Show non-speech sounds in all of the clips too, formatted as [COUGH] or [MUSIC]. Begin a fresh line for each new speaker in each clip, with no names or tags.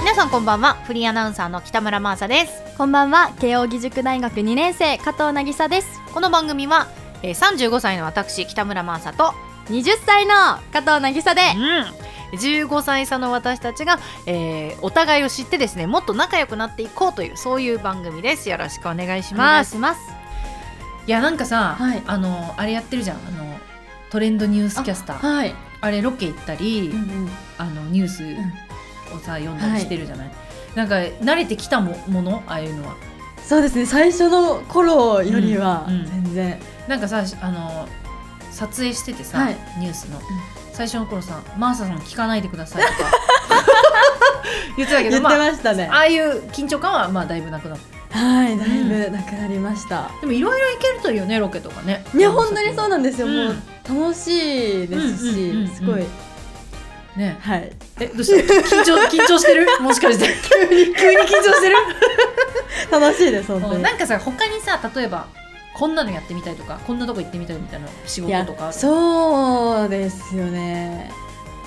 皆さんこんばんはフリーアナウンサーの北村真麻です
こんばんは慶応義塾大学2年生加藤渚です
この番組は、えー、35歳の私北村真麻と
20歳の加藤渚で
うん、15歳差の私たちが、えーお互いを知ってですねもっと仲良くなっていこうというそういう番組ですよろしくお願いし
お願
ま
い
す
します
いやなんかさ、
はい
あのあれやってるじゃんあのトレンドニュースキャスターあ
はい、
れロケ行ったり、
ん
あのニュースをさ読んだりしてるじゃない、なんか慣れてきたもものああいうのは
そうですね最初の頃よりは
うんうん
全然、
なんかさあの撮影しててさ、
はい
ニュースの、最初の頃さ「マーサさん聞かないでください」
[LAUGHS]
とか言ってたけ
言
ど
って
あ、
ましたね、
ああいう緊張感はまあだいぶなくなった
はいだいぶなくなりました、
でもいろいろいけるといいよねロケとかね
いや本当にそうなんですよ、
うん
もう楽しいですし、
うんうんうんうん
すごい
ね
はい
えどうした緊
[LAUGHS]
張緊張してるもしかして急に緊張してる
楽しいです本当に
なんかさ他にさ例えばこんなのやってみたいとかこんなとこ行ってみたいみたいな仕
いや
事とかある
そうですよね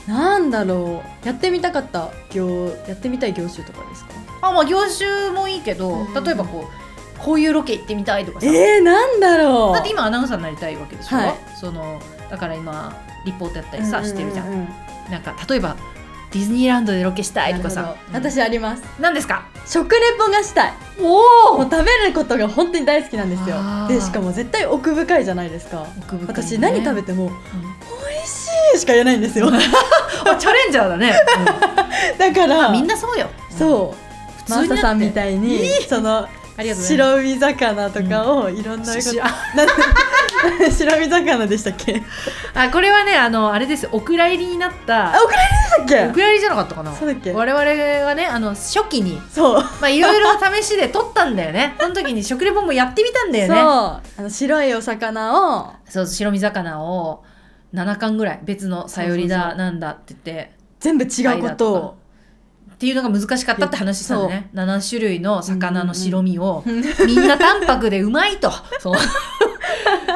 なんだろうやってみたかった業やってみたい業種とかですか
あまあ業種もいいけど、
うん
例えばこうこういうロケ行ってみたいとかさ、
えー、なんだろう
だって今アナウンサーになりたいわけでしょ、
はい
そのだから今リポートやったりさ、してるじゃ
うんううう
なんか例えばディズニーランドでロケしたいと
な
か
る
さ
ほ、
うん
ど私あります
何ですか
食レポがしたい
お
もう食べることが本当に大好きなんですよ
あー
でしかも絶対奥深いじゃないですか、
奥深いね
私何食べても
うん
美味しいしか言えないんですよ
あチャレンジャーだね、
[LAUGHS] だか
うん
ら
みんなそうよ
そう
普通
マー
になって
サさんみたいに、その
ありがとうございます
白身魚とかをいろんなこと、
しあ
なんて [LAUGHS] 白身魚でしたっけ
あこれはねあのあれですお蔵入りになった
あオクラ
お
でしたっ
蔵入りじゃなかったかな
そうだっけ
我々はねあの初期に
けそう
まあいろいろ試しで撮ったんだ
[LAUGHS]
よねその時に食レポもやってみたんだ
そう
よね
あの白いお魚を
そう白身魚を7巻ぐらい別のさより
そうそう
だ
そう
なんだって言って
全部違うことを
っていうのが難しかったって話したのね7種類の魚の白身を
うん
みんな淡白でうまいとそう [LAUGHS]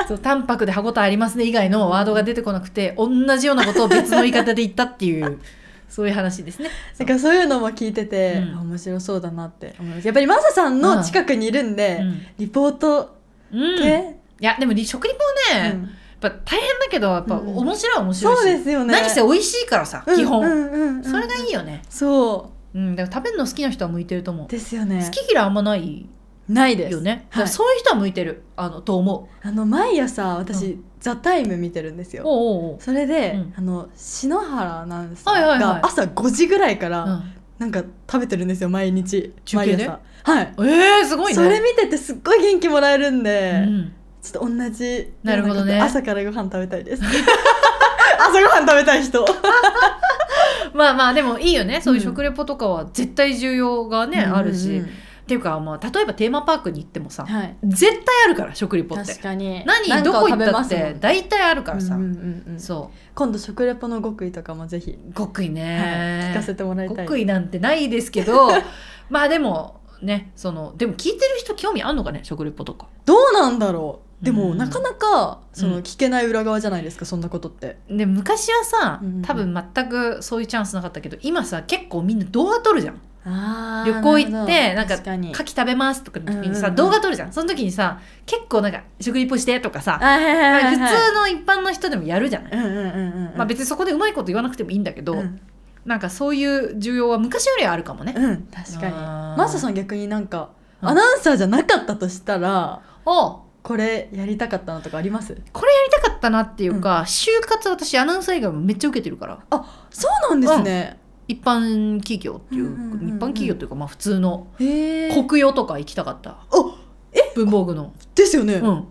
そう淡白で歯応えありますね以外のワードが出てこなくて同じようなことを別の言い方で言ったっていうそういう話ですね。
[LAUGHS] なんかそういうのも聞いてて、
うん
面白そうだなって思いますやっぱりマサさんの近くにいるんで、
うん
リポート
うん、い
系、
やでも食リポ
う
ね、
ん
やっぱ大変だけどやっぱ
うん
面白いは面白いし、
そうですよね
何せ美味しいからさ、
うん
基本、
うんうんうん
それがいいよね、
そ
うん、だから食べるの好きな人は向いてると思う
う、ですよね
好き嫌いあんまない
ないです
よね、だか
は
ら
い、
そういう人は向いてるあのと思う
あの毎朝私、ザ・タイム見てるんですよ
おうおうおう
それで、
うん
あの篠原アナウンサ
はいはい
ー
はい
が朝5時ぐらいから、
うん
なんか食べてるんですよ毎日
中継で
毎朝はい
えー、すごいね
それ見ててすっごい元気もらえるんで、
うん、
ちょっと同じ
なるほどね
朝からご飯食べたいです
[LAUGHS]
朝ご飯食べたい人
まあまあでもいいよねそういう食レポとかは絶対需要がね、あるし、
うんうん
っていうか、まあ、例えばテーマパークに行ってもさ、
うんはい
絶対あるから食リポって
確かに
何どこ行ったっ
なん
て
か
大体あるから
食べます
さ、
もんうんうんうんうん
そ
今度食レポの極意とかもぜひ、
う極意
は
ね
い、聞かせてもらいたい
極意なんてないですけど [LAUGHS] まあでもねそのでも聞いてる人興味あんのかね食レポとか
どうなんだろうでも、
うん
なかなかその、
うん
聞けない裏側じゃないですかそんなことって
で昔はさ
うん
多分全くそういうチャンスなかったけど今さ結構みんな動画撮るじゃん
あ
旅行行ってなんか
確かに
牡蠣食べますとかの時にさ、
うんうんうん
動画撮るじゃんその時にさ結構なんか食リポしてとかさ
あはいはいはい、
普
はい、
通の一般の人でもやるじゃない、
うんうんうんうんうん
まあ、別にそこでうまいこと言わなくてもいいんだけど、
うん、
なんかそういう需要は昔よりはあるかもね、
うん、確かに
あー
マサさん逆になんか
うん
アナウンサーじゃなかったとしたら
おう
これやりたかったのとかあります
これやりたかったなっていうか、就活私アナウンサー以外もめっちゃ受けてるから
そうなんですね、
一般企業っていう,、
うんうんうんうん
一般企業というかまあ普通の
へえ
国用とか行きたかった
お
文房具の
ですよね、
う
そ
ん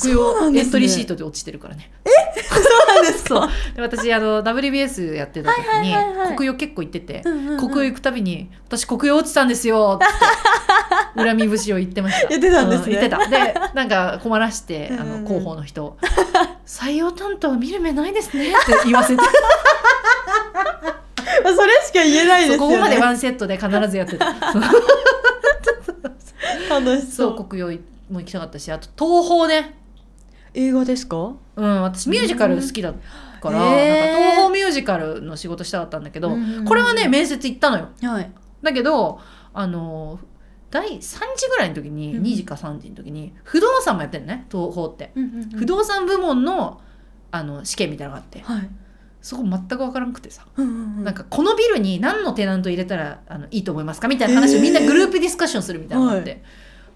国
そうな
用
んで
エ
すね
ントリーシートで落ちてるからね
[LAUGHS] うなんですか
で私あの WBS やってた時に
はいはいはいはい
国用結構行ってて、
うんうんうん
国用行くたびに「私国用落ちたんですよ」
[LAUGHS]
って恨み節を言ってました
言ってたんですね
う言ってたでなんか困らしてあ
うんう
の
ん
広報の人「採用担当は見る目ないですね」って言わせて
まあそれしか言えないです
そう
よ
こ
ね
こまでワンセットで必ずやってたそう
楽しそう
そう国用も行きたかったしあと東宝ね
映画ですか
うん、私ミュージカル好きだから、
へー
なんか東宝ミュージカルの仕事したかったんだけど、
うん
これはね面接行ったのよ
はい
だけどあの第3時ぐらいの時に、
うん
2時か3時の時に不動産もやってるのね東宝って、不動産部門のあの試験みたいなのがあって
はい
そこ全く分からなくてさ、
な
なんかこのビルに何のテナント入れたらあのいいと思いますかみたいな話をみんなグループディスカッションするみたいなのがあって、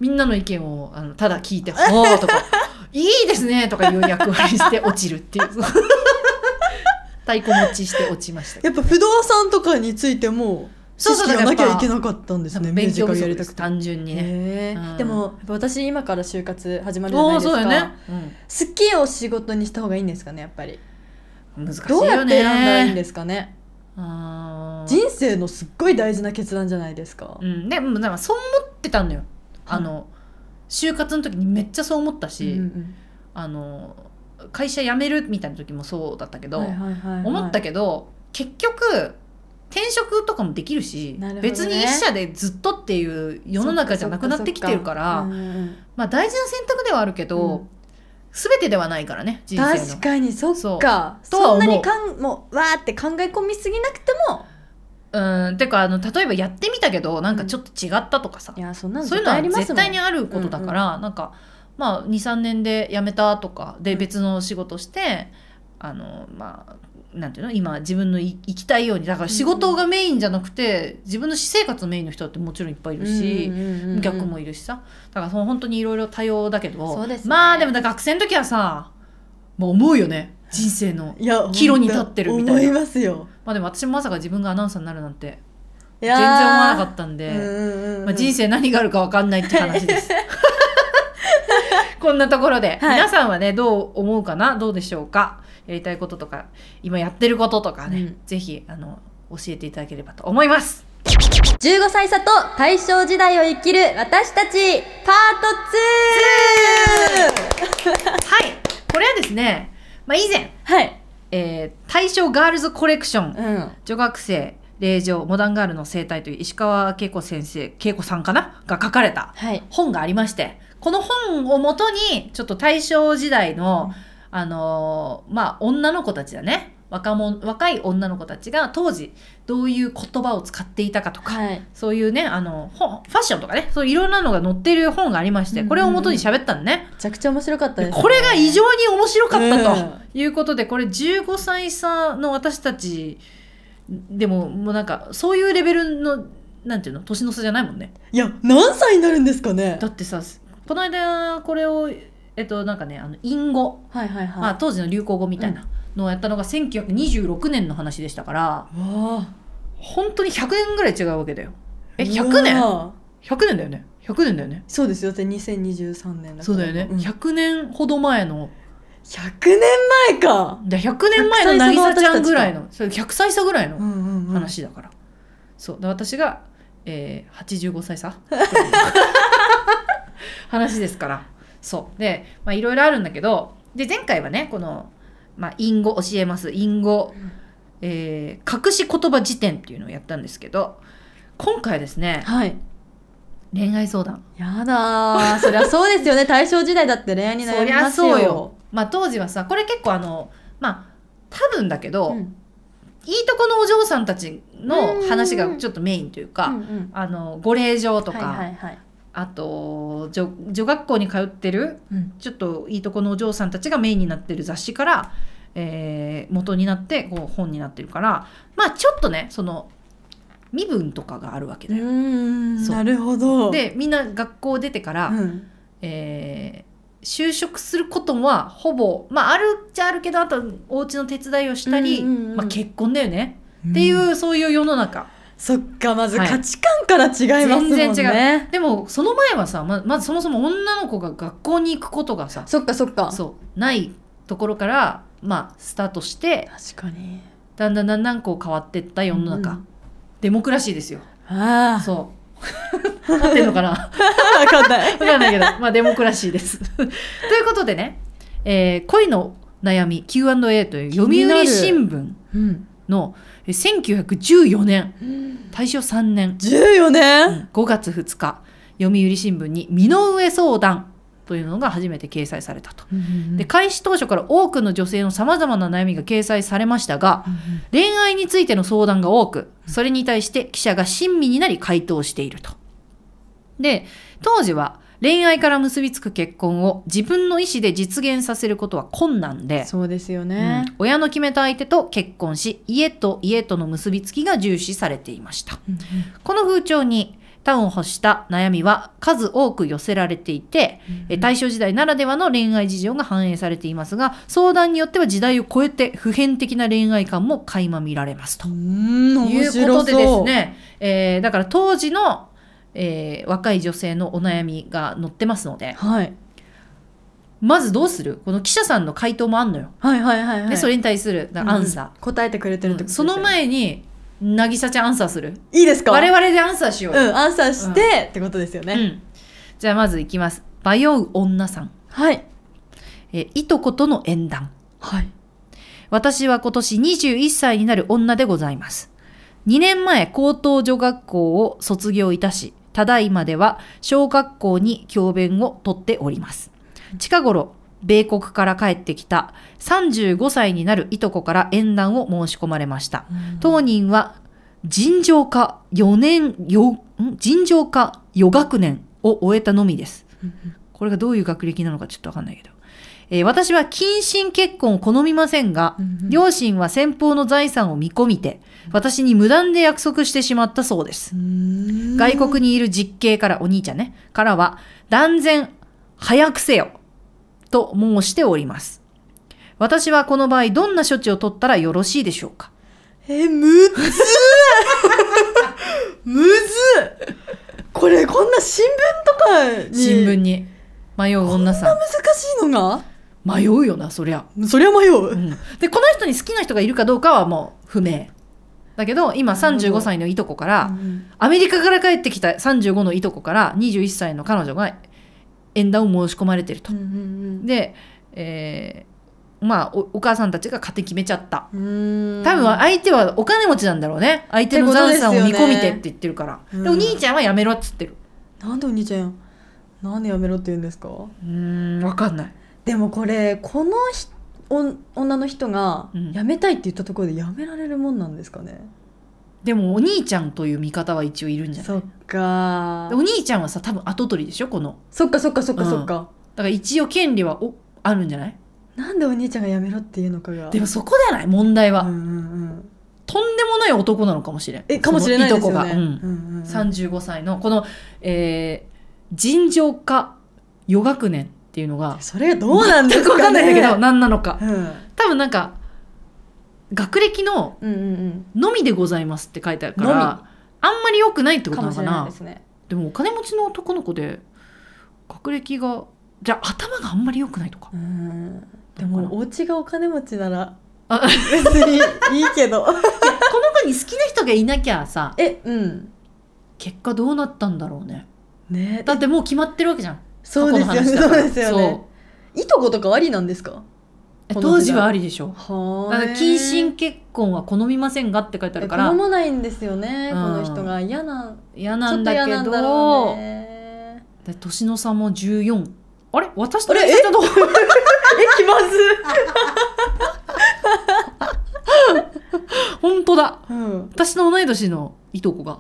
みんなの意見をあのただ聞いて「ほー」とか [LAUGHS] 「いいですね」とかいう役割して落ちるっていう [LAUGHS] 太鼓持ちして落ちましたけ
やっぱ不動産とかについても知
そうそう
識
だ
がな
から
き
やっ
ゃ
ぱ
いけなかったんです
ど、
ねミュー
勉
ジ
強
カル
不
や
足
り
で
たく
す
て
単純にね。
へー
うん
でもやっぱ私今から就活始まるじゃないで
おー
すか
そうよね、
好きを仕事にした方がいいんですかねやっぱり
うん難しいよね
どうやって選んだらいいん
で
ですかね
あー
人生のすっごい大事な決断じゃないですか
うん、でもなんかそう思ってたのよ、あの就活の時にめっちゃそう思ったし、
うんうん
あの会社辞めるみたいな時もそうだったけど、
はいはいはいはい
思ったけど結局転職とかもできるし
なるほどね
別に一社でずっとっていう世の中じゃなくなってきてるから
そっそっうんうん
まあ、大事な選択ではあるけど、
うん
全てではないからね人生の
確かにそっか
そうとは
そん
思う
なにかんもうわーって考え込みすぎなくても
うんてかあの例えばやってみたけどなんかちょっと違ったとかさ
い、やそんなの
そうい
絶対
うの
あ
は
りますもん
絶対にあることだから、なんか、まあ、23年で辞めたとか
う
で
ん
別の仕事して、あのまあなんていうの今自分のい生きたいようにだから仕事がメインじゃなくて、自分の私生活のメインの人だってもちろんいっぱいいるし。
うんうんうんうん
逆もいるしさだからその本当にいろいろ多様だけど
そうですね
まあでもだから学生の時はさもう思うよね人生の
いや
岐路に立ってるみたいな
思いますよ
まあでも私もまさか自分がアナウンサーになるなんて
全
全然思わなか
っ
ったん
た
で、ま
ま
あ、人生何があるか分かんないって話
[LAUGHS]
です。こんなところで、
はい
皆さんはねどう思うかなどうでしょうかやりたいこととか今やってることとかね、
うん
ぜひあの教えていただければと思います。
15歳差と大正時代を生きる私たちパート
はいこれはですね、まあ、以前、
2はい、
えー大正ガールズコレクション
うん、
女学生令嬢モダンガールの生態という石川恵子先生恵子さんかなが書かれた
はい
本がありましてこの本をもとにちょっと大正時代の、あのーまあ女の子たちだね若者若い女の子たちが当時どういう言葉を使っていたかとか、
はい
そういうねあの本ファッションとかねそういろんなのが載ってる本がありましてこれをもとに喋ったのね。
めちゃくちゃ面白かったです、ね、
これが異常に面白かったと、
うん
いうことでこれ15歳差の私たちでももうなんかそういうレベルのなんていうの年の差じゃないもんね
いや何歳になるんですかね
だってさこの間これをえっとなんかねあの隠語、
はいはいはい、
まあ、当時の流行語みたいなのをやったのが1926年の話でしたから
わあ
本当に100年ぐらい違うわけだよえ100年
うわあ
?100 年だよね100年だよね
そうですよだって2023年だから
そうだよね、
ん、100
100年ほど前の
年前か、
で100年前の
100歳差の
渚
私
ち
たち
ゃ
か
んぐらいのそれ100歳差ぐらいの
んうん
話だから、そうで私が、えー、85
[LAUGHS]
歳差話ですからそうでまあいろいろあるんだけどで前回はねこの「まあ、隠語教えます隠語
うん」
えー隠し言葉辞典」っていうのをやったんですけど今回はですね
はい
恋愛相談
やだーそりゃそうですよね大正時代だって恋愛に悩みますよ
そりゃそうよまあ当時はさこれ結構あのまあ多分だけど、
うん
いいとこのお嬢さんたちの話がちょっとメインというか、
うんうん
あのご令嬢とか、
はいはいはい
あと女女学校に通ってる
うん
ちょっといいとこのお嬢さんたちがメインになってる雑誌から、えー元になってこう本になってるからまあちょっとねその身分とかがあるわけ
う
だよ。
ん
そう
なるほど、
でみんな学校出てから、
うん、
えー就職することはほぼまああるっちゃあるけどあとお家の手伝いをしたり、
うんうんうん
まあ、結婚だよね、っていううそういう世の中。
そっかまず
はい
価値観から違いますもんね、
全然でもその前はさままずそもそも女の子が学校に行くことがさ
そっかそっか
そうないところから、まあ、スタートして
確かに
だんだんだんだんこう変わっていった世の中、
うん
デモクラシーですよ
ああ
そう合ってん
[LAUGHS]
のかな
分かんない
分かんないけどまあデモクラシーです [LAUGHS] ということでね、えー恋の悩み Q&A という読
気にな
売
る
新聞
うん
のえー1914年大正3年
14年、
5月2日読売新聞に身の上相談というのが初めて掲載されたと。
うん
で開始当初から多くの女性のさまざまな悩みが掲載されましたが恋愛についての相談が多くそれに対して記者が親身になり回答していると。で当時は恋愛から結びつく結婚を自分の意思で実現させることは困難で、
そうですよ
う
ね
ん。親の決めた相手と結婚し家と家との結びつきが重視されていました。
うん
この風潮に端を発した悩みは数多く寄せられていて、えー大正時代ならではの恋愛事情が反映されていますが相談によっては時代を超えて普遍的な恋愛観も垣間見られますと。
うん
い
面白そ
う
う
ことでですね、えーだから当時の、えー若い女性のお悩みが載ってますので
はい
まずどうするこの記者さんの回答もあんのよ。
はいはいはいはい
でそれに対するだからアンサ
うん答えてくれて
ー。
るってことです
そ
よね
の前に渚ちゃんアンサーする
いいですか
我々でアンサーしようよ。
うんアンサーして、ってことですよね、
うん、じゃあまずいきます迷う女さん
はい
えいとことの縁談
はい
私は今年21歳になる女でございます2年前高等女学校を卒業いたしただいまでは小学校に教鞭をとっております近頃米国から帰ってきた35歳になるいとこから縁談を申し込まれました当人は尋常科4年よん尋常科4学年を終えたのみですこれがどういう学歴なのかちょっとわかんないけど、えー私は近親結婚を好みませんが、両親は先方の財産を見込みて私に無断で約束してしまったそうです、外国にいる実刑からお兄ちゃんねからは断然早くせよと申しております私はこの場合どんな処置を取ったらよろしいでしょうか
えむずーむずーこれこんな新聞とかに
新聞に迷う女さん
難しいのが
迷うよなそりゃ、
そりゃ迷
う、
うん
でこの人に好きな人がいるかどうかはもう不明だけど今
なるほど
35歳のいとこから、アメリカから帰ってきた35のいとこから21歳の彼女が縁談を申し込まれてると。で、えーまあおお母さんたちが勝手に決めちゃった。多分相手はお金持ちなんだろうね相手の財産を見込みてって言ってるから
てことです
で,、
よね
お
うん
兄ちゃんはやめろっつってる
なんでお兄ちゃんなんでやめろって言うんですか
うーん分かんない
でもこれこのひお女の人が
うん
辞めたいって言ったところで辞められるもんなんですかね、
でもお兄ちゃんという見方は一応いるんじゃない
そっか
でお兄ちゃんはさ多分後取りでしょこの
そっかそっかそっかそっか、
だから一応権利はおあるんじゃない
なんでお兄ちゃんが辞めろっていうのかが
でもそこじゃない問題は、
うんうんうん
とんでもない男なのかもしれん
えかもしれないですよね
そのいとこが、うん
うんうんうん
35歳のこの、えー尋常科予学年っていうのが
それがどうなんで
全
す
く
か、ね、
分かんないんだけど [LAUGHS] 何なのか
うん、
多分なんか学歴の
うんうん
のみでございますって書いてあるからあんまり良くないって
うん
こと
か
な
も
の
し
か
れない
な
ですね
でもお金持ちの男の子で学歴がじゃあ頭があんまり良くないとか
うんで
だから
もお家がお金持ちなら
あ
別にいいけ
[LAUGHS]
ど
この子に好きな人がいなきゃさ
えうん
結果どうなったんだろうね
ね
だってもう決まってるわけじゃん
そうですよね
過去
そ
の話だ
う
から
ですよ
そう
ねいとことかありなんですか
え
この
当
時
時
代
はありでしょ
は
だから近親結婚は好みませんがって書いてあるか
好
ら
まないんですよね、
うん
この人が嫌な
嫌
ち
な
ょ
ん
っと
だ
嫌
け
なんだろ
ど
うね
で年の差も14あれ私と
あれえ
渚ちゃんと
え気まず
[LAUGHS] 本当だ
うん
私の同い年のいとこが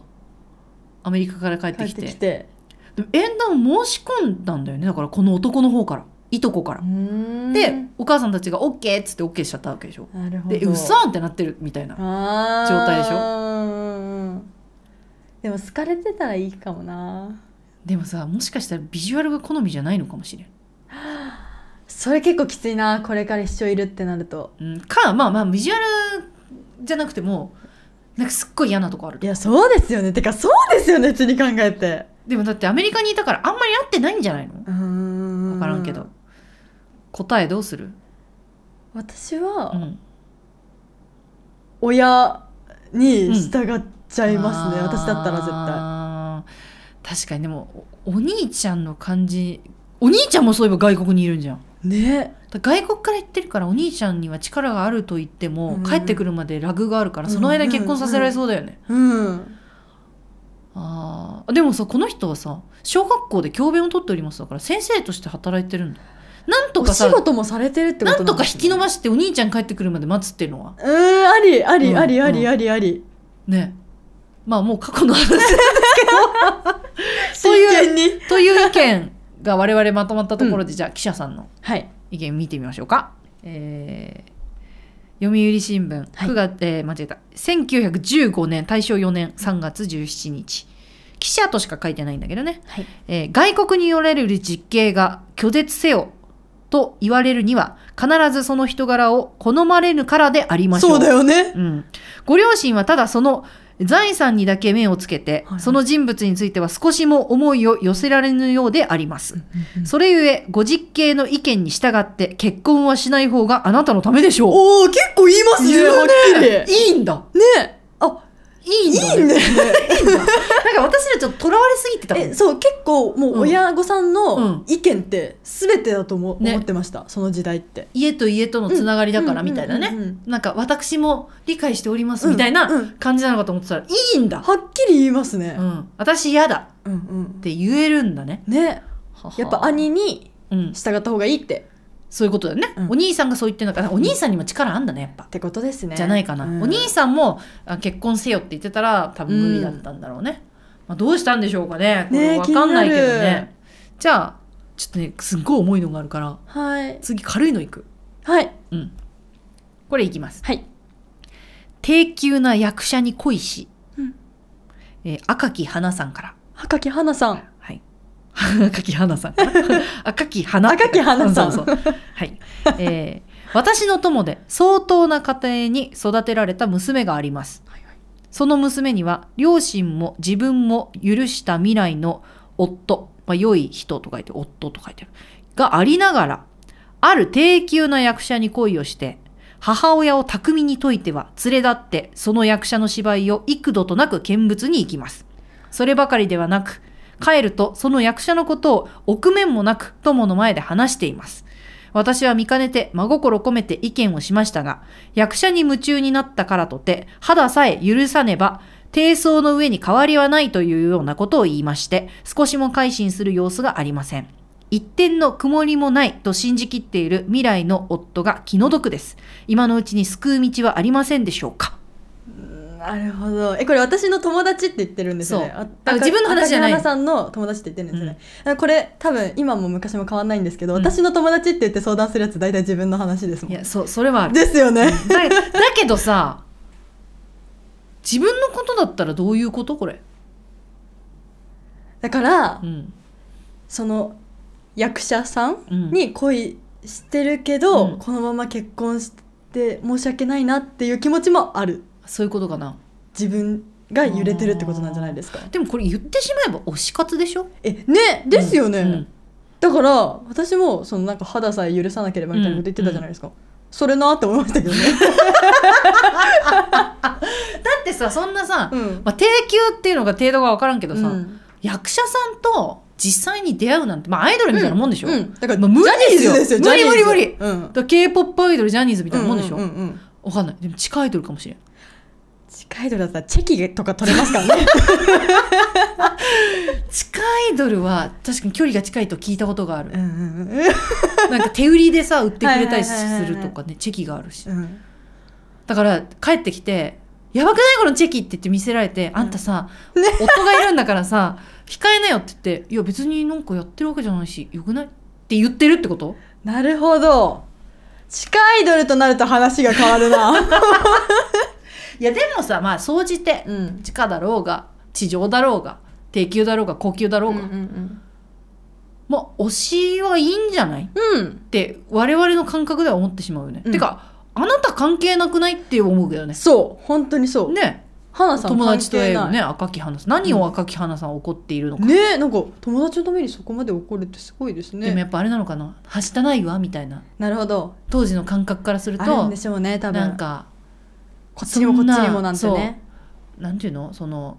アメリカから帰っ
帰
て
っ
きて
てきて
でも縁談を申し込んだんだよねだからこの男の方からいとこから、
で
でお母さんたちが OK っつって OK しちゃったわけでしょ
なるほど
でうっそーんってなってるみたいな
あー
状態でしょ
うんうんでも好かれてたらいいかもな
でもさもしかしたらビジュアルが好みじゃないのかもしれん
それ結構きついなこれから一生いるってなると
うん、かまあまあビジュアルじゃなくてもなんかすっごい嫌なとこある
いやそうですよねてかそうですよね普通に考えて
でもだってアメリカにいたからあんまり会ってないんじゃないの
うーん
分からんけど、答えどうする、
私は、
うん、
親に従っちゃいますね、
あー
私だったら絶対
確かにでもおお兄ちゃんの感じお兄ちゃんもそういえば外国にいるんじゃん
ね
だ外国から行ってるからお兄ちゃんには力があると言っても、
うん
帰ってくるまでラグがあるからその間結婚させられそうだよね、
うん
あーでもさこの人はさ小学校で教鞭を取っておりますだから先生として働いてるんだなんと
お
か
仕
さ
事もされてるってこと
なんとか引き延
ば
ばしてお兄ちゃん帰ってくるまで待つっていうのは
うーんありあ
う
り
ん
ありありありあり、
ねまあもう過去の話そう
真
い
剣
う
に
という意見が我々まとまったところで、じゃあ記者さんの
はい
意見見てみましょうか。えー読売新聞
はい
9月、えー間違えた1915年大正4年3月17日記者としか書いてないんだけどね、
はい
えー外国によられる実刑が拒絶せよと言われるには必ずその人柄を好まれぬからでありましょう
そうだよね
うん、ご両親はただその財産にだけ目をつけて、
はいはい
その人物については少しも思いを寄せられぬようであります、それゆえご実刑の意見に従って結婚はしない方があなたのためでしょう
おお結構言いますね
言うね
はっきりね
いいんだ
あ
いい
い
んだ
いね
なんか私らちょっととらわれすぎてたもん
えそう結構も
うん
う親御さん
うん
の意見って全てだと思,、
ね
思ってましたその時代って
家と家とのつながりだからみたいなね、
うんうんうんうん
なんか私も理解しておりますみたいな
うんうん
感じなのかと思ってたらいいんだ、
はっきり言いますね
う、ん、私嫌だ
うんうん
って言えるんだね
ねやっぱ兄に
うん、
従った方がいいって
そういうことだよね、
うん
お兄さんがそう言ってるのからお兄さんにも力あんだねやっぱ
っ、てことですね
じゃないかな、
うん
お兄さんもあ結婚せよって言ってたら多分無理だったんだろうね、まあ、どうしたんでしょうかねこ
ね
れ
え
分かんないけどね
気になる
じゃあちょっとねすっごい重いのがあるから
はい
次軽いのいく
はい
これいきます
はい
低級な役者に恋し、
うん
えー赤木花さんから
赤木花さん
はい [LAUGHS] 赤木花さん [LAUGHS] から赤木花
赤木花さん
うそうそうはい、えー私の友で相当な家庭に育てられた娘があります
はいはい
その娘には両親も自分も許した未来の夫、まあ、良い人と書いて夫と書いてあるがありながらある低級な役者に恋をして母親を巧みに解いては連れ立ってその役者の芝居を幾度となく見物に行きますそればかりではなく帰るとその役者のことを臆面もなく友の前で話しています私は見かねて真心込めて意見をしましたが役者に夢中になったからとて肌さえ許さねば低層の上に変わりはないというようなことを言いまして少しも改心する様子がありません一点の曇りもないと信じきっている未来の夫が気の毒です今のうちに救う道はありませんでしょうか
なるほどえこれ私の友達って言ってるんですよね
そう
あ
あ
赤
自分の話じゃない
赤木花さんの友達って言ってるんですよね、これ多分今も昔も変わんないんですけど、
うん
私の友達って言って相談するやつ大体自分の話ですも
い
ん
やそそれはある
ですよね
だだけどさ自分のことだったらどういうことこれ、
だから
うん
その役者さん
うん、
に恋してるけど、
うん
このまま結婚して申し訳ないなっていう気持ちもある
そういうことかな
自分が揺れてるってことなんじゃないですか
でもこれ言ってしまえば推し活でしょ
えねですよね、
うんうん
だから私もそのなんか肌さえ許さなければみたいなこと言ってたじゃないですか、それなって思いましたけどね、
だってさそんなさ、
うん
まあ、低級っていうのが程度が分からんけどさ、
うん
役者さんと実際に出会うなんて、まあ、アイドルみたいなもんでしょ、
うんだから、
まあ無理です
ジャニーズ
よ無理無理無理
ジャニーズうん
だ k p o p アイドルジャニーズみたいなもんでしょ、
うんうんうんうん
わかんないでも地下アイドルかもしれん
近いとだったらチェキとか取れますから
[LAUGHS]
ね
地下アイドルは確かに距離が近いと聞いたことがある
うんうんうん
なんか手売りでさ売ってくれたりす
はいはいはいはい
るとかねチェキがあるし
うん
だから帰ってきて「やばくないこのチェキ」って言って見せられて「あんた [LAUGHS] さ、
ね
夫がいるんだからさ控えなよ」って言って「いや別になんかやってるわけじゃないしよくない?」って言ってるってこと
なるほど地下アイドルとなると話が変わる
[LAUGHS]
な、
いやでもさまあ総じて
うん
地下だろうが地上だろうが低級だろうが高級だろうが、
ん
まあ推しはいいんじゃないっ
うんうん、
て我々の感覚では思ってしまうよね、
うん
てかあなた関係なくないって思うけどね
そう本当にそう、
ね
花さん
友達と会え
関係
ば
な
ね赤木花さん何を赤木花さん怒っているのか、
いねなんか友達のためにそこまで怒るってすごいです
でもや
ね
っぱあれなのかなはしたないわみたいな
なるほど
当時の感覚からする
ある
と
んでしょうね多分
なんか
こっちにもこっちにもなんて
そんな
ね
なんていうのその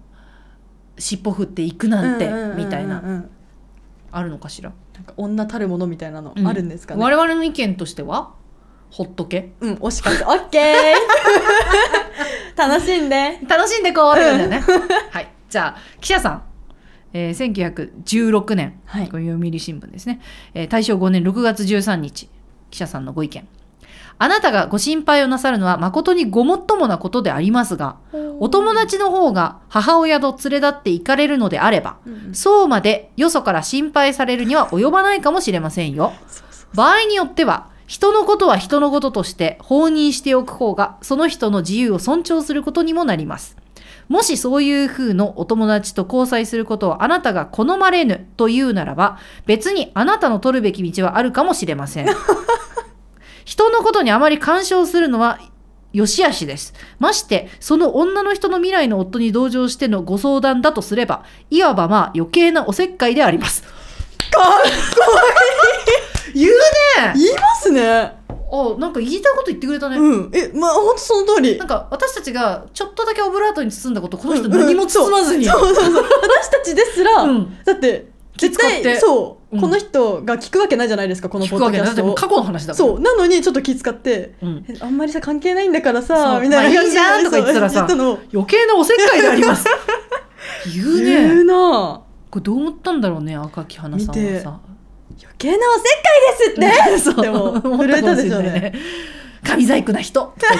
尻尾振っていくなんて、
うんうんうんうんうん
みたいなあるのかしら、
なんか女たるものみたいなの
うん
あるんですかね
我々の意見としてはほっとけ
うん惜しかったオッケー楽しんで
[LAUGHS] 楽しんでこうってことだよね [LAUGHS] はいじゃあ記者さん、えー、1916年
はい
これ読売新聞ですね、えー大正5年6月13日記者さんのご意見あなたがご心配をなさるのは誠にごもっともなことでありますがお友達の方が母親と連れ立って行かれるのであれば
うんうん
そうまでよそから心配されるには及ばないかもしれませんよ
そうそう
場合によっては人のことは人のこととして放任しておく方がその人の自由を尊重することにもなりますもしそういう風のお友達と交際することをあなたが好まれぬというならば別にあなたの取るべき道はあるかもしれません [LAUGHS] 人のことにあまり干渉するのはよし悪しですましてその女の人の未来の夫に同情してのご相談だとすればいわばまあ余計なおせっかいであります
か
[LAUGHS] 言うね
言いますね
あなんか言いたいこと言ってくれたね、
うんえまあ本当その通り
なんか私たちがちょっとだけオブラートに包んだことこの人何も包まずに、
そうそうそう私たちですら、
うん
だって
気
絶
使って
対そう、
うん
この人が聞くわけないじゃないですかこの
聞
ポッ
く
ド
わけ
キ
な
ャス
いだって
ト
もう
を
過去の話だもん
そうなのにちょっと気使って
うん
えあんまりさ関係ないんだから
そ
さ
う
みたいな感じで
まあいいじゃんとか言ってたらさ
そう言ったの
余計なおせっかいであ
[LAUGHS]
ります言うね
言うな
これどう思ったんだろうね赤木花さんはさ
余計なおせっかいですって
ね [LAUGHS] そう
でも
思ったかもしれない
震えたでしょうね
神細工な [LAUGHS] 人
すご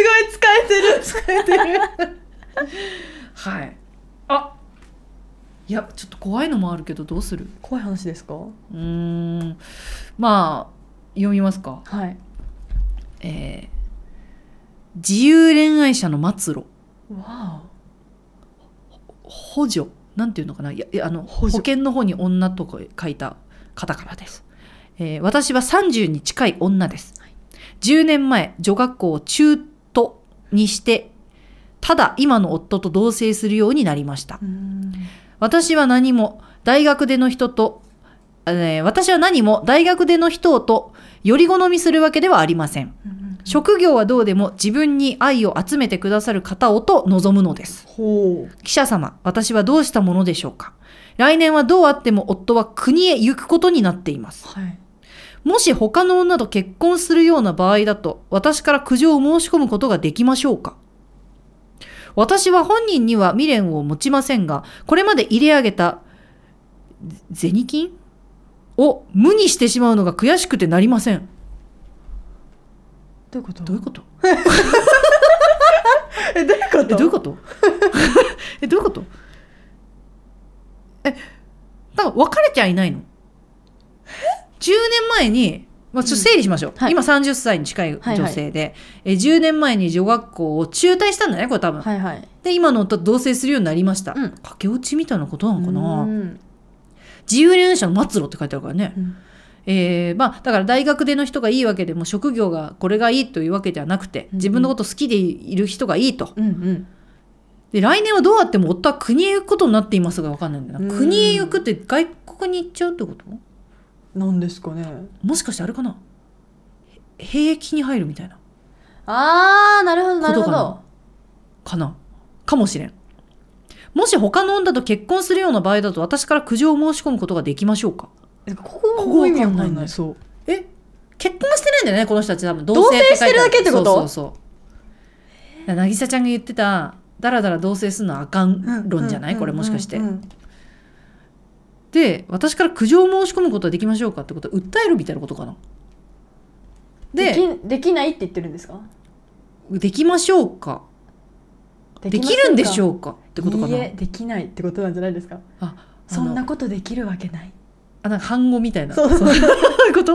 い使えてる使えてる
はいあいやちょっと怖いのもあるけどどうする
怖い話ですか
うーんまあ読みますか
はい
えー自由恋愛者の末路
わ
補助なんていうのかないやいやあの
補
保
助
険の方に女と書いた方からです、えー私は30に近い女です、10年前女学校を中途にしてただ今の夫と同棲するようになりました
おうん
私は何も大学での人と、えー私は何も大学での人とより好みするわけではありません職業はどうでも自分に愛を集めてくださる方をと望むのです
ほう
記者様、私はどうしたものでしょうか来年はどうあっても夫は国へ行くことになっています。
はい
もし他の女と結婚するような場合だと、私から苦情を申し込むことができましょうか私は本人には未練を持ちませんが、これまで入れ上げたぜ銭金を無にしてしまうのが悔しくてなりません。
どういうこと
どういうこと
えどういうこと
えどういうこと [LAUGHS] えどういうことえだから別れちゃいないの10年前に、まあ、ちょっと整理しましょう、
うんはい
今30歳に近い女性で、え10年前に女学校を中退したんだねこれ多分、
はいはい
で今の夫と同棲するようになりました、
うん
駆け落ちみたいなことなのかな、
うん
自由恋愛者の末路って書いてあるからね、
うん
えーまあだから大学での人がいいわけでも職業がこれがいいというわけではなくて
うん
自分のこと好きでいる人がいいと、
うん
で来年はどうあっても夫は国へ行くことになっていますが分かんないんだよな
うん
国へ行くって外国に行っちゃうってこと
なんですかね
もしかしてあれかなへ兵役に入るみたいな
ああなるほどなるほ
ことか
ど
なかなかもしれんもし他の女と結婚するような場合だと私から苦情を申し込むことができましょうか
えここ
ここ
も意味わ
わ
か
かん
ん
な
ないいそう
え結婚してないんだよねこの人たち多分同
同棲
書いあ
してるだけってこと
そうそうそう渚ちゃんが言ってただらだら同棲するのはあかん論じゃないこれもしかして、
うんうん
で私から苦情を申し込むことはできましょうかってことは訴えるみたいなことかな
で
で
きできないって言ってるんですか
できましょうかできるんでしょうかってことかない
いえできないってことなんじゃないですか
ああ
そんな
の
ことできるわけない
あなんか反語みたいな
そうそう
いう [LAUGHS] こと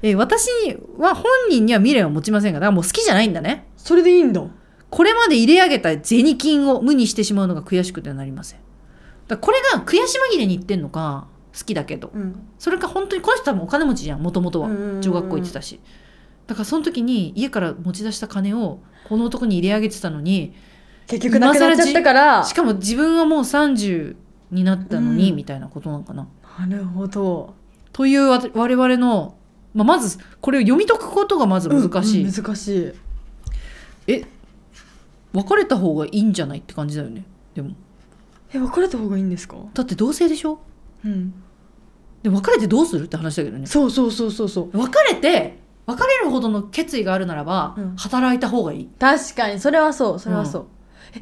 えー私は本人には未練を持ちませんがだからもう好きじゃないんだね
それでいいんだ
これまで入れ上げた銭金を無にしてしまうのが悔しくてなりませんだからこれが悔し紛れに言ってんのか好きだけど
うん
それか本当にこの人多分お金持ちじゃんもともとは
女
女学校行ってたしだからその時に家から持ち出した金をこの男に入れ上げてたのに
結局なくなっちゃったから
しかも自分はもう30になったのに
うん
みたいなことなのかな。
なるほど
というわ我々の、まあ、まずこれを読み解くことがまず難しい、
うんうん難しい
別れた方がいいんじゃないって感じだよねでも
え別れた方がいいんですか
だって同性でしょ
うん
で別れてどうするって話だけどね
そうそうそうそうそう
別れて別れるほどの決意があるならば、
うん
働いた方がいい
確かにそれはそうそれはそう、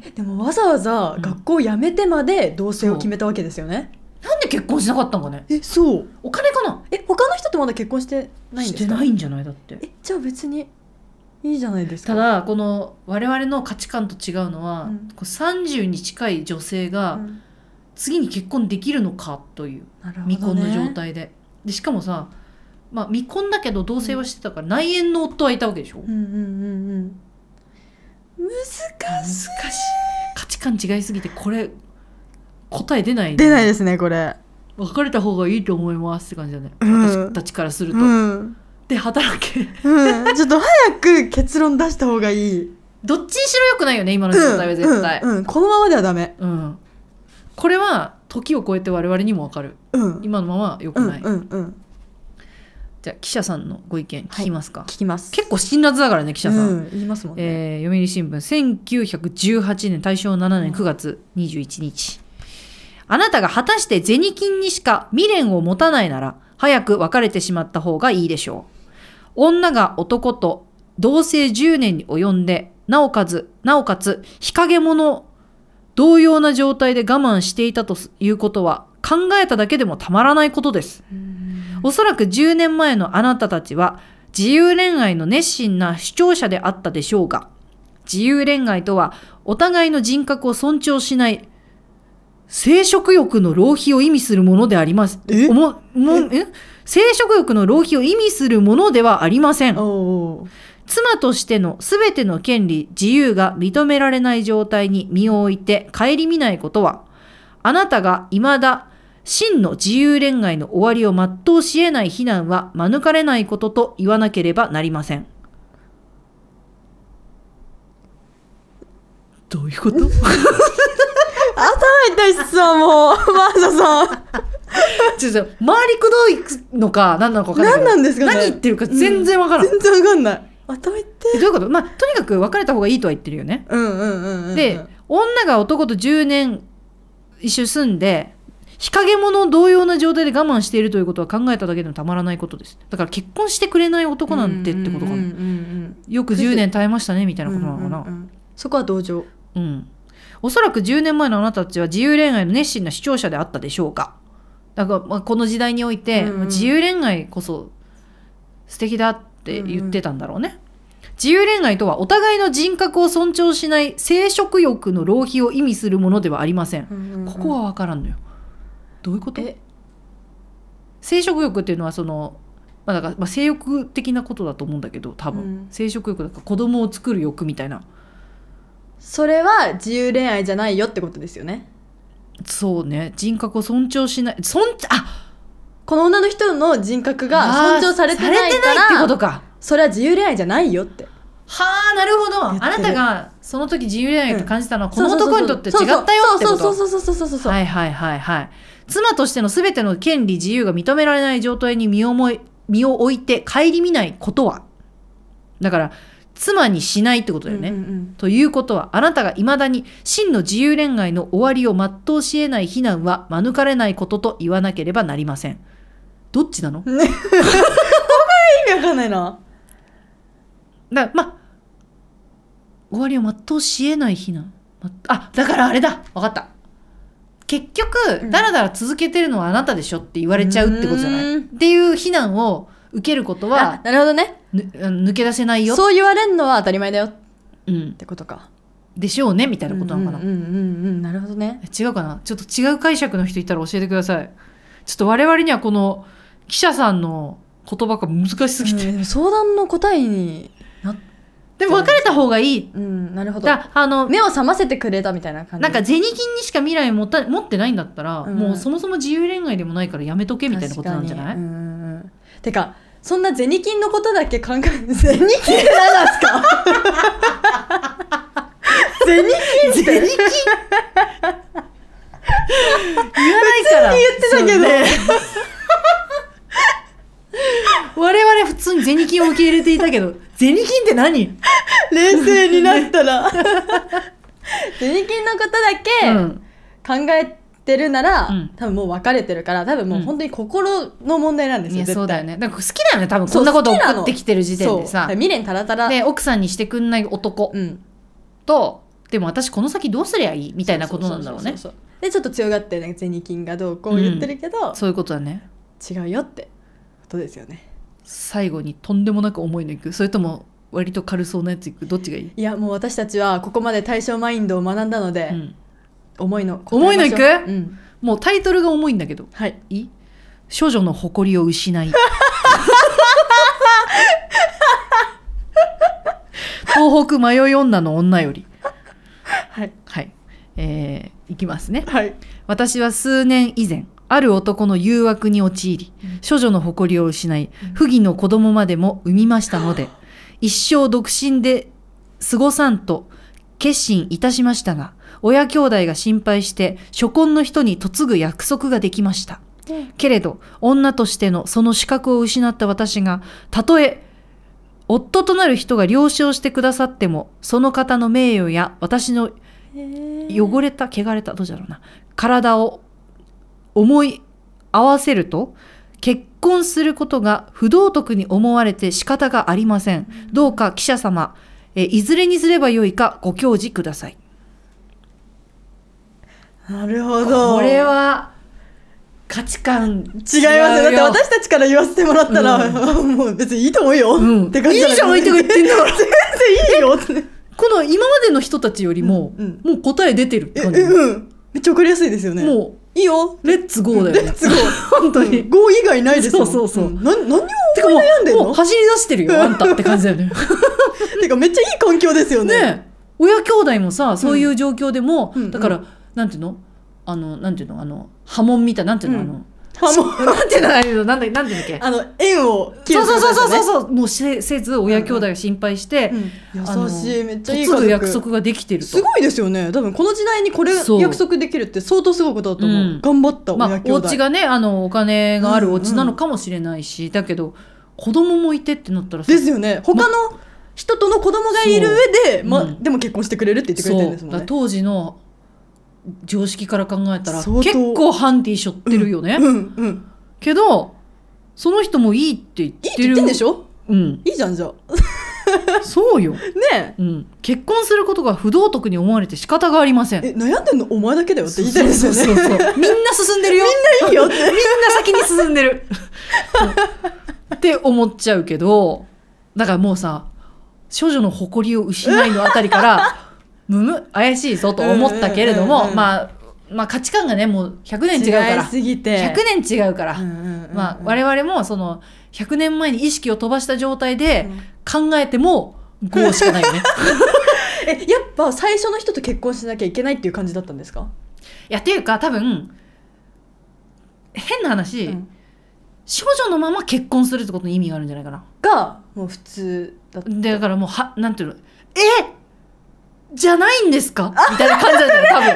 えでもわざわざ
うん
学校を辞めてまで同棲を決めたわけですよね、
なんで結婚しなかったんかね
えそう
お金かな
え他の人とまだ結婚してないん
し
です
て
か
ないんじゃないだって
えじゃあ別にいいじゃないですか
ただこの我々の価値観と違うのは、
うん
こう30に近い女性
う
が
ん
次に結婚できるのかという
なるほどね
未婚の状態で,、でしかもさ、まあ、未婚だけど同棲はしてたから内縁の夫はいたわけでしょ、
うんうんうんうん難
難し
し
い
い
価値観違いすぎてこれ答え出ない
出ないですねこれ
別れた方がいいと思いますって感じだね、
うん
私たちからすると、
うん、
で働け
うん、ちょっと早く結論出した方がいい
どっちにしろ良くないよね今の状態は絶対
うんうんうんこのままではダメ
うん、これは時を超えて我々にも分かる
うん
今のまま良く
うん
ない、
うんうん
じゃあ記者さんのご意見聞きますか、
聞きます
結構辛辣だからね記者さん、
うん、言いますもんね、
えー読売新聞1918年大正7年9月21日、あなたが果たして銭金にしか未練を持たないなら早く別れてしまった方がいいでしょう女が男と同棲10年に及んでなおかつなおかつ日陰者同様な状態で我慢していたということは考えただけでもたまらないことですおそらく10年前のあなたたちは自由恋愛の熱心な視聴者であったでしょうが、自由恋愛とはお互いの人格を尊重しない生殖欲の浪費を意味するものであります。
え
おももえ生殖欲の浪費を意味するものではありません。
おうおう
妻としての全ての権利、自由が認められない状態に身を置いて顧みないことは、あなたが未だ真の自由恋愛の終わりを全うし得ない非難は免れないことと言わなければなりません。どういう [LAUGHS] こと
頭痛いっすわもうマーサさん
ちょっと回りくどいのか何なのか分かんない
何
けど
なんですかね
何言ってるか全然分からん、
全然わかんない頭痛い
えどういうことまあとにかく別れた方がいいとは言ってるよね。
うんうんうんうん
で、女が男と10年一緒に住んで日陰者同様な状態で我慢しているということは考えただけでもたまらないことですだから結婚してくれない男なんてってことかな、
うんうんうん
よく10年耐えましたねみたい
うん
なことなのかな、
うんうんうんそこは同情
うん。おそらく10年前のあなたたちは自由恋愛の熱心な視聴者であったでしょうか。だから、まあ、この時代において、
うんうん
自由恋愛こそ素敵だって言ってたんだろうね。自由恋愛とはお互いの人格を尊重しない生殖欲の浪費を意味するものではありません。ここは分からんのよ。どういうこと
え
生殖欲っていうのはその、まあ、だから、まあ、性欲的なことだと思うんだけど多分、
うん
生殖欲だから子供を作る欲みたいな
それは自由恋愛じゃないよってことですよね
そうね人格を尊重しない尊あ
この女の人の人格が尊重されてない
さ
か
れてないってこと
ら
か
それは自由恋愛じゃないよって
はあなるほど
言
あ
ってる
なたがその時自由恋愛と感じたのはこ
そう
の
そうそう
男にとって違ったよってこと
そうそうそうそうそうそうそう
はいはいはいはい妻としての全ての権利自由が認められない状態に身をもい身を置いて顧みないことはだから妻にしないってことだよね、
うんうんうん
ということはあなたがいまだに真の自由恋愛の終わりを全うし得ない非難は免れないことと言わなければなりませんどっちなの
[LAUGHS] 意味わかんないな
だからまあ終わりを全うしえない避難まあだからあれだ分かった結
う
局
ん
だらだら続けてるのはあなたでしょって言われちゃうってことじゃな
う
い
ー
っ
ん
ていう非難を受けること
あ
は
なるほどね
ぬあの抜け出せないよ、
そう言われるのは当たり前だよっ
うん、
てことか
でしょうねみたいなことなのかな、
うんうんうんうんなるほどね
違うかなちょっと違う解釈の人いたら教えてくださいちょっと我々にはこの記者さんの言葉が難しすぎて、
うんでも相談の答えに
でも別れた方がいい
うんなるほど
だあの
目を覚ませてくれたみたいな感じ
なんか銭金にしか未来持た持ってないんだったら、
うん
もうそもそも自由恋愛でもないからやめとけみたいなことなんじゃない、
確かにうんうんうんてかそんな銭金のことだけ考え銭金って何なんですか銭金って
税金言わないから
普通に言ってたけ
そうね我々普通に銭金を受け入れていたけ
[LAUGHS]
ど銭金って何、
冷静になったら銭金のことだけ
うん
考えてるなら、
うん
多分もう別れてるから多分もう本当に心の問題なんです
い
よ、
や
絶対
そうだよねだから好きだよね多分こんなこと
そう好きなの
送ってきてる時点で
そうだ
さ
から未練たらたら
で奥さんにしてくんない男
うん
と、でも私この先どうすりゃいいみたいなことなんだろうね
そそそそうでちょっと強がってね銭金がどうこう言ってるけど、
そういうことだね
違うよってことですよね
最後にとんでもなく重いのいくそれとも割と軽そうなやついくどっちがいい、
いやもう私たちはここまで対象マインドを学んだので、
うん
重いの答え
重いのいく
ましょううん
もうタイトルが重いんだけど
はい
いい少女の誇りを失い東北迷い女の女より
はい
はいえー、いきますね
はい
私は数年以前ある男の誘惑に陥り
うん
処女の誇りを失い
うん
不義の子供までも産みました
[LAUGHS]
ので一生独身で過ごさんと決心いたしましたが親兄弟が心配して初婚の人に嫁ぐ約束ができましたけれど女としてのその資格を失った私がたとえ夫となる人が了承してくださってもその方の名誉や私の汚れた汚れたどうじゃろうな体を思い合わせると結婚することが不道徳に思われて仕方がありませんどうか記者様えいずれにすればよいかご教示ください
なるほど
これは価値観違い
違いますよだって私たちから言わせてもらったら、もう別にいいと思うよ、
うん
って感じ
いいじゃないって言ってんだから
全然いいよって
この今までの人たちよりも、
うん
もう答え出てるって
え
感じ、
うんめっちゃ送りやすいですよね
も
いいよ
うレッツゴーだよね
レッツゴ
本当に、
うんゴー以外ないですもん
そうそうそうん
な何を
てかも
悩んでん
うもう
の
走り出してるよあんたって感じだ
[LAUGHS]
よね
てかめっちゃいい環境ですよね
ね親兄弟もさそういう状況でも、
うん
だから、なんていうのあのなんていうのあの波紋みたいなんていうの、
うん
あの
あもう
[LAUGHS] なんていうのああいうのなんだなんていうんだっけ
あの縁を切る
そうそうそうそうそう
う
そうもうせせず親兄弟が心配して、
優しいめっちゃいい
嫁ぐ
家
約
族
束ができてると
すごいですよね多分この時代にこれ
そう
約束できるって相当すごいことだと思う、
うん
頑張った
ま
親
あ
兄
お
弟、
家がねあのお金があるお家なのかもしれないし、だけど子供もいてってなったらさ
ですよね他の人との子供がいる上で、
そう
ま
うん
でも結婚してくれるって言ってくれてるんです
そう
も
だ
ん
から
ね
当時の常識から考えたら
相当
結構ハンディ背負ってるよね、
うんうん
けどその人もいいって言っ
いいって
てる
言ってんでしょ
うん
いいじゃんじゃあ
そうよ、
ね
うん、結婚することが不道徳に思われて仕方がありません
ええ悩んでんのお前だけだよって言いたいですよ
そうそうそう
[LAUGHS] ね
そうみんな進んでるよ
いいよっ
[LAUGHS]
て
みんな先に進んでるうんって思っちゃうけどだからもうさ少女の誇りを失いのあた
[LAUGHS]
りからむむ怪しいぞと思ったけれど
うんうんうん
も
うん
まあまあ価値観がねもう100年違うから
違いすぎて
100年違うから、
うんうんうんうん
まあ、我々もその100年前に意識を飛ばした状態で
うん
考えても5しかない
[LAUGHS]
よね。
えやっぱ最初の人と結婚しなきゃいけないっていう感じだったんですか、
いやっていうか多分変な話、少女のまま結婚するってことに意味があるんじゃないかな。
がもう普通だった
でだからもうはなんていうのえじゃないんですかみたいな感じなんじゃない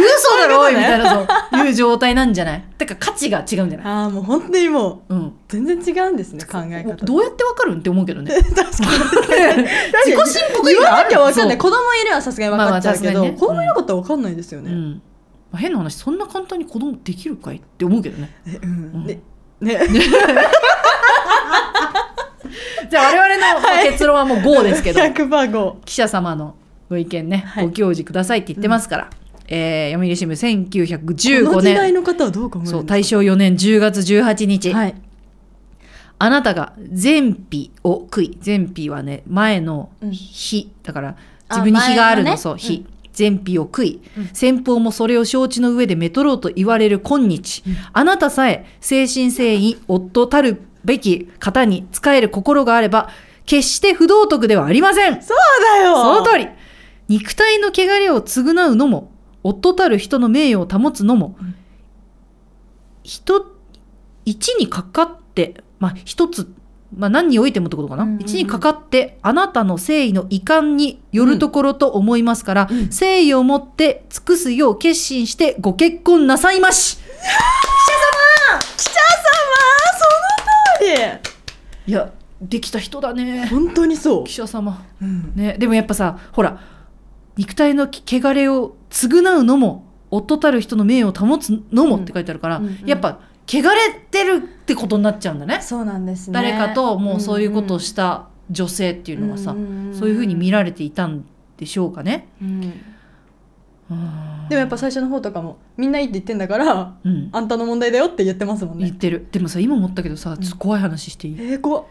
[LAUGHS]
分嘘だろ
そういうことね
みたいなそういう状態なんじゃないてか価値が違うんじゃない、
ああもう本当にもう
うん、
全然違うんですね考え方
どうやってわかるんって思うけ
[LAUGHS]
どね。
確かに
自己申告以
言
外
わ
あ
な
る
きゃ分かんない
そう
子供いればさすがに分かっちゃうけ
まあまあ確か
ど
にね
子供いなかったら分かんないですよ
う
ね
んまあ、変な話そんな簡単に子供できるかいって思うけど
[LAUGHS]
ね
えうんね
じゃあ我々のまあ結論はもう GO ですけど、
100%パー5
記者様のご意見ね、
はい
ご教示くださいって言ってますから、えー読売新聞
この
1915
時代
年
の方はどう考えるんですか
そう大正4年10月18日、
はい
あなたが前皮を食い前皮はね前の
うん
日、だから
あ
自分に日があるの
前のね
そう
うん
日、前皮を食い、
うん
先方もそれを承知の上でめとろうと言われる今日、
うん
あなたさえ誠心誠意夫たるべき方に仕える心があれば決して不道徳ではありません
そうだよ
その通り肉体の汚れを償うのも夫たる人の名誉を保つのも、
うん
人一にかかってまあ一つ、まあ、何においてもってことかな、
うんうんうん
一にかかってあなたの誠意の遺憾によるところと思いますから、
うん
誠意を持って尽くすよう決心してご結婚なさいまし
記者様その通
いやできた人だね
り本当にそう
記者様
うん
ね、でもやっぱさほら肉体のき汚れを償うのも夫たる人の名誉を保つのも
うん
って書いてあるから、
うんうん
やっぱ汚れてるってことになっちゃうんだね
そうなんですね
誰かともうそういうことをした女性っていうのはさ、そういうふうに見られていたんでしょうかね。
うん
うん
でもやっぱ最初の方とかもみんないいって言ってんだから
うん、
あんたの問題だよって言ってますもん
言っ
ね
てるでもさ今思ったけどさちょっと怖い話していい、
えー、怖っ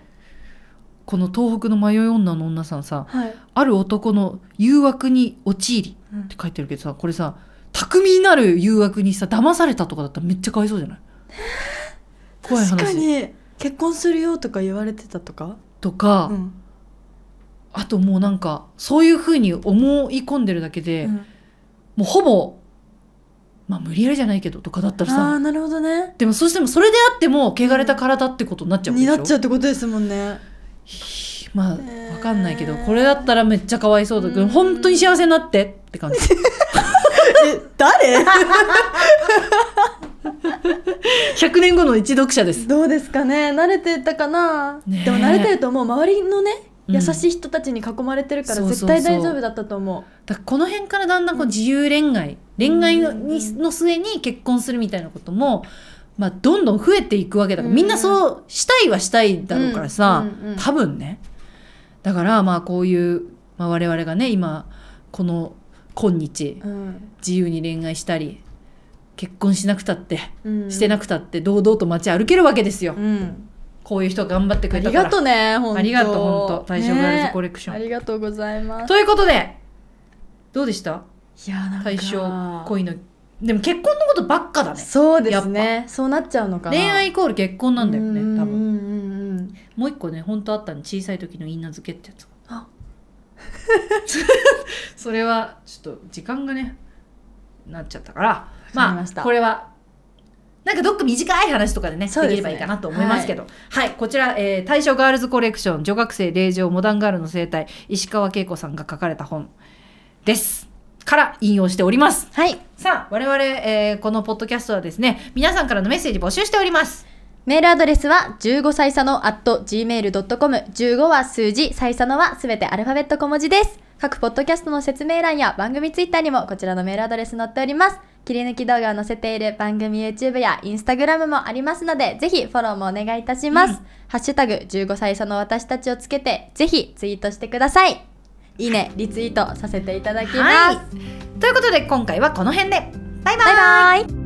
この東北の迷い女の女さんさ
はい、
「ある男の誘惑に陥り」
うん
って書いてるけどさこれさ巧みになる誘惑にさ騙されたとかだったらめっちゃかわいそう
[LAUGHS]
じゃない怖い
確か
話
に結婚するよとか言われてたとか
とか、
ん
あともうなんかそういうふうに思い込んでるだけで、
うん
もうほぼまあ無理やりじゃないけどとかだったら
ああ
さ
なるほどね
でもそしてもそれであっても汚れた体ってことになっちゃうわけ
に
でしょ
なっちゃうってことですもんね
まあ
ねえ
わかんないけどこれだったらめっちゃかわいそうだけ
う
ど
ん
本当に幸せになってっ
[LAUGHS]
て感じ
え誰
100年後の一読者です
どうですかね慣れてたかな、
ねえ
でも慣れてると思う周りのね
うん
優しい人たちに囲まれてるから
そうそうそ
絶
う
対大丈夫だったと思う,、
だからこの辺からだんだんこう自由恋愛恋愛のにの末に結婚するみたいなこともまあどんどん増えていくわけだから
うん
みんなそうしたいはしたいだろうからさ
うんうんうん
多分ねだからまあこういうまあ我々がね今この今日
うん
自由に恋愛したり結婚しなくたって
うん
してなくたって堂々と街歩けるわけですよ
うん、
こういう人頑張ってく
あ
れた
り
か
が
ら。
とうね本当
ありがとう、本当。大丈夫ガールズコ
れ
レクショ
あ
ン。
りがとうございます
ということで、どうでした
いやなんか
対象、恋の。でも結婚のことばっかだね。
そうですねそうなっちゃうのかな
恋愛イコール結婚なんだよね、
う
多
うん
分。
うんうん
もう一個ね、本当あったの、小さい時のいいなずけってやつ。
あ
[LAUGHS] それは、ちょっと時間がね、なっちゃったから、
かり
ま
ました
あ、これは、なんかどっか短い話とかでね、
そう
で
です
き
ね
ればいいかなと思いますけど。はい、こちら、えー大正ガールズコレクション、女学生、霊場、モダンガールの生態、石川恵子さんが書かれた本です。から引用しております。
はい
さあ、我々、えーこのポッドキャストはですね、皆さんからのメッセージ募集しております。
メールアドレスは15歳差の at gmail.com15 は数字、歳差のはすべてアルファベット小文字です。各ポッドキャストの説明欄や番組ツイッターにもこちらのメールアドレス載っております。切り抜き動画を載せている番組 YouTube や Instagram もありますので、ぜひフォローもお願いいたします。
うん
ハッシュタグ15歳差の私たちをつけて、ぜひツイートしてください。いいね、リツイートさせていただきます。
はい。ということで、今回はこの辺で。バイバイ
バイバイ